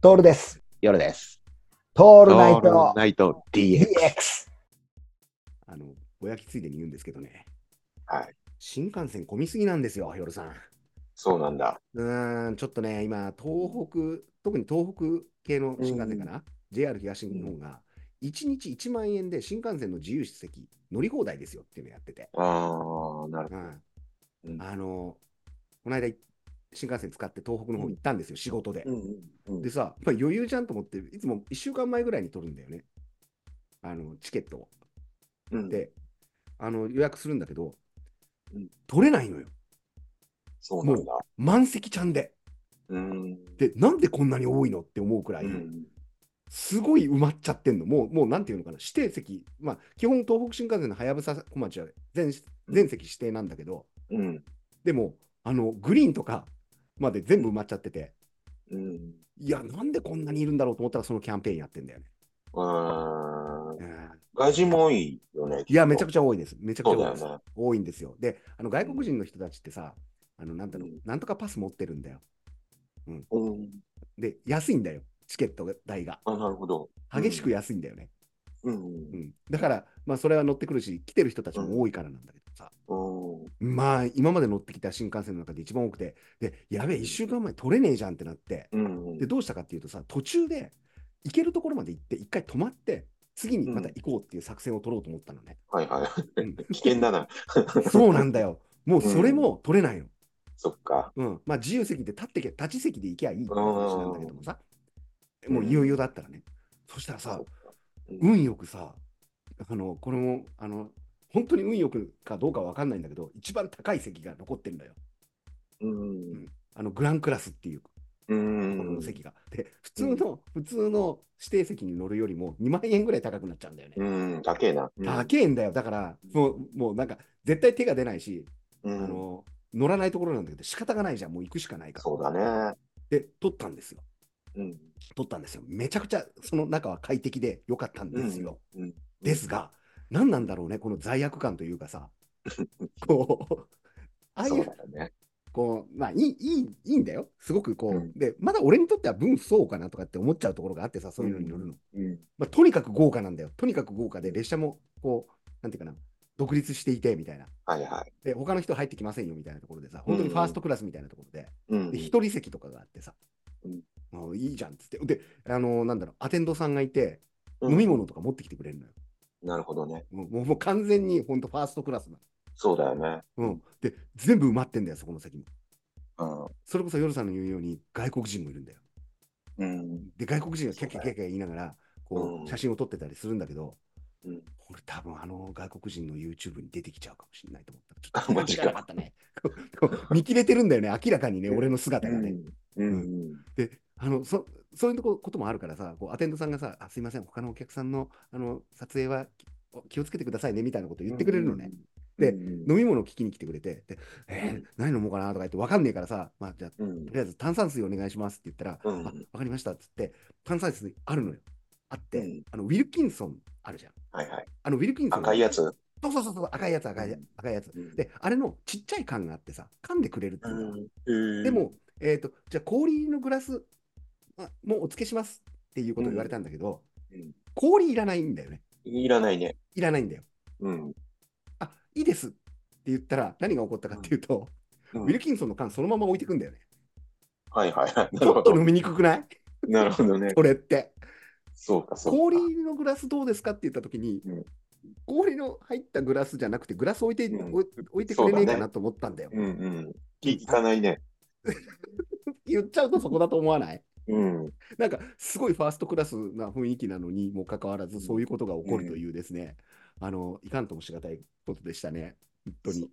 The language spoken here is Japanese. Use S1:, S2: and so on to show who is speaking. S1: トールです。
S2: 夜です。
S1: ト
S2: オ
S1: ールナイト
S2: ナイト DX。
S1: DX。
S3: あの、ぼやきついでに言うんですけどね。
S2: はい。
S3: 新幹線混みすぎなんですよ、夜さん。
S2: そうなんだ。
S3: うーん、ちょっとね、今、東北、特に東北系の新幹線かな、JR 東日本が、1日1万円で新幹線の自由席乗り放題ですよっていうのやってて、
S2: ああ、なるほど。
S3: うん
S2: うん
S3: あの、この間、新幹線使って東北の方行ったんですよ、仕事で。
S2: うん
S3: でさ、まあ、余裕じゃんと思って、いつも1週間前ぐらいに取るんだよね、あのチケットを。
S2: うん
S3: で、あの予約するんだけど、
S2: うん
S3: 取れないのよ。
S2: そうなんだ。
S3: 満席ちゃんで。
S2: うん。
S3: で、なんでこんなに多いのって思うくらい、
S2: うん
S3: すごい埋まっちゃってんの。もう、もうなんていうのかな、指定席、まあ、基本東北新幹線のはやぶさ小町は全全席指定なんだけど、
S2: うん。
S3: でも、あの、グリーンとかまで全部埋まっちゃってて、
S2: うん。
S3: いや、なんでこんなにいるんだろうと思ったら、そのキャンペーンやってんだよね。
S2: うん。
S3: うん
S2: 外人も多いよね。
S3: いや、めちゃ
S2: く
S3: く
S2: ち
S3: ちゃ多いです。めちゃくちゃ
S2: そ
S3: 多
S2: うだ
S3: い
S2: よ
S3: です。
S2: ね。
S3: 多いんですよ。で、あの外国人の人たちってさ、あのなんだろう
S2: うん
S3: なんとかパス持ってるんだよ。
S2: うん。
S3: で、安いんだよ、チケット代が。
S2: あなるほど。うん
S3: 激しく安いんだよね。
S2: う。
S3: うんんだから、まあ、それは乗ってくるし、来てる人たちも多いからなんだけどさ、
S2: うん。
S3: まあ、今まで乗ってきた新幹線の中で一番多くて、で、やべえ、1週間前取れねえじゃんってなって、
S2: うん
S3: で、。どうしたかっていうとさ、途中で行けるところまで行って、一回止まって、次にまた行こうっていう作戦を取ろうと思ったのね。
S2: はいはい。
S3: うん
S2: 危険だな。
S3: そうなんだよ。もうそれも取れないの。
S2: そっか。
S3: うん、まあ自由席で立ってけ、立ち席で行けばいいって話なんだけどもさ、もういよいよだったらね。そしたらさ、
S2: うん。
S3: 運よくさ、あの、これも、あの、本当に運よくかどうかわかんないんだけど、一番高い席が残ってるんだよ。
S2: うん。
S3: あの、グランクラスっていうと
S2: う
S3: ころ
S2: ん
S3: の。席が。で、普通の、普通の指定席に乗るよりも2万円ぐらい高くなっちゃうんだよね。
S2: うん。高えな。
S3: 高えんだよ。だから、もう、もうなんか、絶対手が出ないし、
S2: う
S3: あ
S2: ん。
S3: の、乗らないところなんだけど、仕方がないじゃん。もう行くしかないから。
S2: そうだね。
S3: で、取ったんですよ。
S2: うん。
S3: 取ったんですよ。めちゃくちゃその中は快適で良かったんですよ。
S2: うんうん
S3: ですが、何なんだろうね、この罪悪感というか さ、こう、ああい
S2: そう
S3: う、
S2: だね。
S3: こう、まあいい、いい、いいんだよ。すごくこう、
S2: うん
S3: で、まだ俺にとっては分不相応かなとかって思っちゃうところがあってさ、そういうのに乗るの。
S2: うん。
S3: まあ、とにかく豪華なんだよ。とにかく豪華で、列車もこう、なんていうかな、独立していて、みたいな。
S2: はいはい。
S3: で、他の人入ってきませんよ、みたいなところでさ、本当にファーストクラスみたいなところで、
S2: うん
S3: で、一人席とかがあってさ、
S2: うん
S3: もういいじゃんっつって、で、あのなんだろう、アテンドさんがいて、
S2: うん
S3: 飲み物とか持ってきてくれるのよ。
S2: なるほどね。
S3: もうもうもう完全に本当ファーストクラスな
S2: そうだよね。
S3: の、うん。で、全部埋まってんだよ、そこの先に。
S2: うん。
S3: それこそ夜さんの言うように、外国人もいるんだよ。
S2: うん。
S3: で、外国人がキャッキャキャッキャ言いながら、こ
S2: うん
S3: う、写真を撮ってたりするんだけど、
S2: うん
S3: 俺多分あの外国人の YouTube に出てきちゃうかもしれないと思った。ちょっと
S2: マジか
S3: なかったね。こう見切れてるんだよね、明らかにね、俺の姿がね。
S2: うん。
S3: であのそそういうとここともあるからさこうアテンドさんがさあすいません他のお客さんのあの撮影はきお気をつけてくださいねみたいなこと言ってくれるのね、。で
S2: うん、
S3: 飲み物を聞きに来てくれてで、えー何飲もうかなとか言って分かんねえからさ、まあ、じゃあ
S2: うん
S3: とりあえず炭酸水お願いしますって言ったら、
S2: うん
S3: あ分かりましたっつって炭酸水あるのよあって、
S2: うん
S3: あのウィルキンソンあるじゃん
S2: はいはい。
S3: あのウィルキンソン
S2: 赤いやつ。
S3: そうそうそうそう赤いやつ赤いや
S2: うん
S3: 赤いやつであれのちっちゃい缶があってさ噛んでくれるっていううの、
S2: ん、うん
S3: で、も、えー、とじゃあ氷入りのグラスあもうお付けしますっていうことを言われたんだけど、
S2: うん
S3: 氷いらないんだよね。
S2: いらないね。
S3: いらないんだよ。
S2: うん。
S3: あいいですって言ったら何が起こったかっていうと、
S2: うん
S3: ウィルキンソンの缶そのまま置いてくんだよね。
S2: はいはいはい。な
S3: ち
S2: る
S3: ょ
S2: ほ
S3: っと
S2: ど。
S3: 飲みにくくない
S2: なるほどね。
S3: これって。
S2: そうか、そうか。
S3: 氷入りのグラスどうですかって言った時に、
S2: うん
S3: 氷の入ったグラスじゃなくてグラス置いて,、
S2: うん
S3: おい置いてくれね
S2: そ
S3: え
S2: うだね
S3: かなと思ったんだよ。
S2: うんうん。聞かないね。
S3: 言っちゃうとそこだと思わない
S2: うん。
S3: なんかすごいファーストクラスな雰囲気なのにもかかわらずそういうことが起こるというですね、あのいかんともしがたいことでしたね、本当に。